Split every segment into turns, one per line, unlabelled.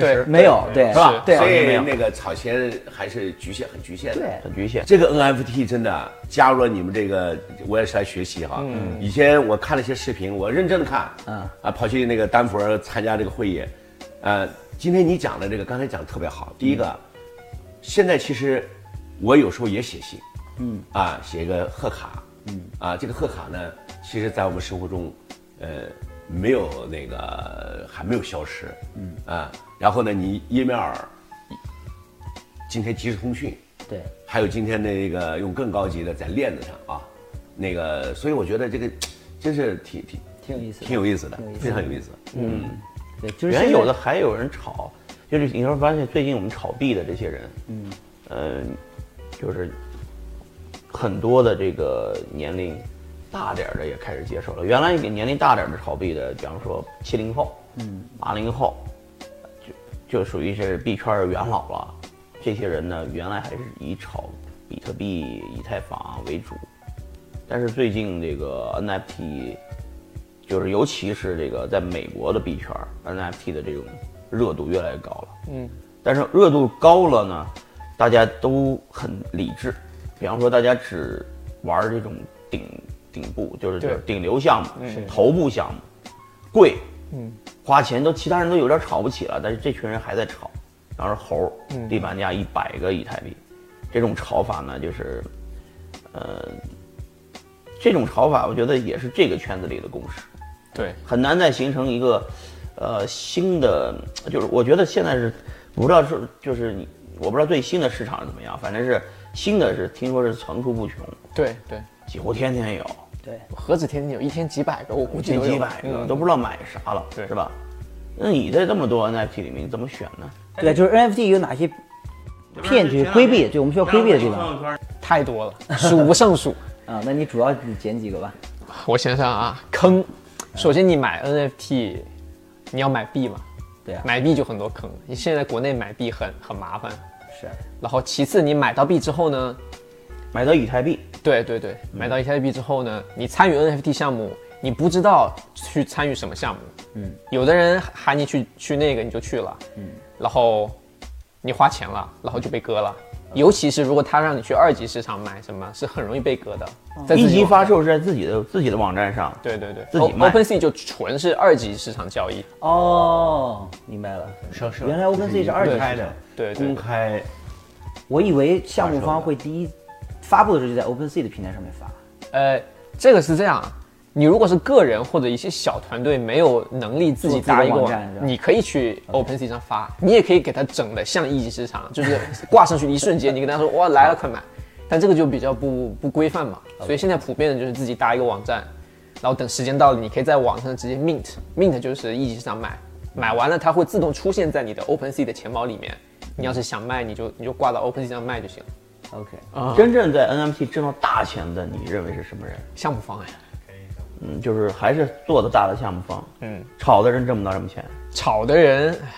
对，
没有，对，
是吧？
对，
所
没
以
有
那个草仙还是局限，很局限的。
对
很局限。
这个 NFT 真的加入了你们这个，我也是来学习哈。以前我看了一些视频，我认真看，
嗯
啊，跑去那个丹佛参加这个会议，呃，今天你讲的这个刚才讲得特别好。第一个，现在其实我有时候也写信，嗯，啊，写一个贺卡，嗯，啊，这个贺卡呢，其实在我们生活中，呃，没有那个还没有消失，嗯，啊，然后呢，你页面儿，今天即时通讯，
对，
还有今天的那个用更高级的在链子上啊，那个，所以我觉得这个真是挺挺
挺有意思的，
挺有意思的
挺有意，思的
非常有意思。
对，就是
原
现
有
在
的还有人炒，就是你会发现最近我们炒币的这些人，嗯，呃，就是很多的这个年龄大点儿的也开始接受了。原来年龄大点儿的炒币的，比方说七零后，嗯，八零后，就就属于是币圈儿元老了。这些人呢，原来还是以炒比特币、以太坊为主，但是最近这个 NFT 就是尤其是这个在美国的币圈儿 NFT 的这种热度越来越高了。嗯，但是热度高了呢，大家都很理智，比方说大家只玩这种顶顶部，就是
对
顶流项目、头部项目，贵，嗯，花钱都其他人都有点炒不起了，但是这群人还在炒，然后是猴儿，地板价一百个以太币，这种炒法呢，就是，呃，这种炒法我觉得也是这个圈子里的共识，
对，
很难再形成一个，呃，新的，就是我觉得现在是，我不知道是就是你，我不知道最新的市场是怎么样，反正是新的是听说是层出不穷，
对，对，
几乎天天有，
对
何止天天有，一天几百个，我估计
近
都有
几百个、
嗯
都不知道买啥了，
对
是吧？那你在这么多 NFT 里面，你怎么选呢？
对，就是 NFT 有哪些骗局规避的，对我们需要规避的地方
太多了，数不胜数。
啊？那你主要捡几个吧？
我想想啊，坑，首先你买 NFT，你要买币嘛，
对啊，
买币就很多坑。你现在国内买币很很麻烦，
是啊
然后其次你买到币之后呢，
买到以太币，
对对对，买到以太币之后呢，你参与 NFT 项目，你不知道去参与什么项目，嗯，有的人喊你去去那个你就去了，嗯，然后你花钱了，然后就被割了。
嗯
尤其是如果他让你去二级市场买什么，是很容易被割的。在自
一
己
级
网
发售是在自己的自己的网站上，
对对对，
自己
O-
卖
OpenSea 就纯是二级市场交易，
哦，明白了。
是是
原来 OpenSea 是二级市
开
场，
的，
啊对对对
公开
我以为项目方会第一发布的时候就在 OpenSea 的平台上面发。
呃，这个是这样，啊你如果是个人或者一些小团队没有能力自己搭一个
做自己的网
网
站是吧
你可以去 OpenSea 上发，你也可以给它整的像一级市场，就是挂上去一瞬间，你跟他说哇来了快买，但这个就比较不不规范嘛，所以现在普遍的就是自己搭一个网站，然后等时间到了，你可以在网上直接 mint mint 就是一级市场买，买完了它会自动出现在你的 OpenSea 的钱包里面，你要是想卖你就你就挂到 OpenSea 上卖就行了，
OK，
啊
真正在 NFT 挣到大钱的，你认为是什么人？
项目方案。
嗯，就是还是做的大的项目方，
嗯，
炒的人挣不到什么钱。
炒的人，唉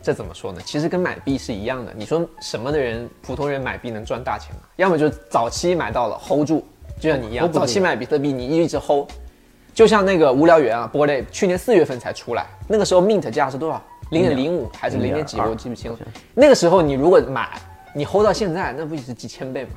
这怎么说呢？其实跟买币是一样的。你说什么的人，普通人买币能赚大钱吗？要么就早期买到了 hold 住，就像你一样，
hold 不住
早期买比特币你一直 hold，就像那个无聊猿啊，波类去年四月份才出来，那个时候 mint 价是多少？零点零五还是零点几？
0.2
我记不清了。那个时候你如果买，你 hold 到现在，那不也是几千倍吗？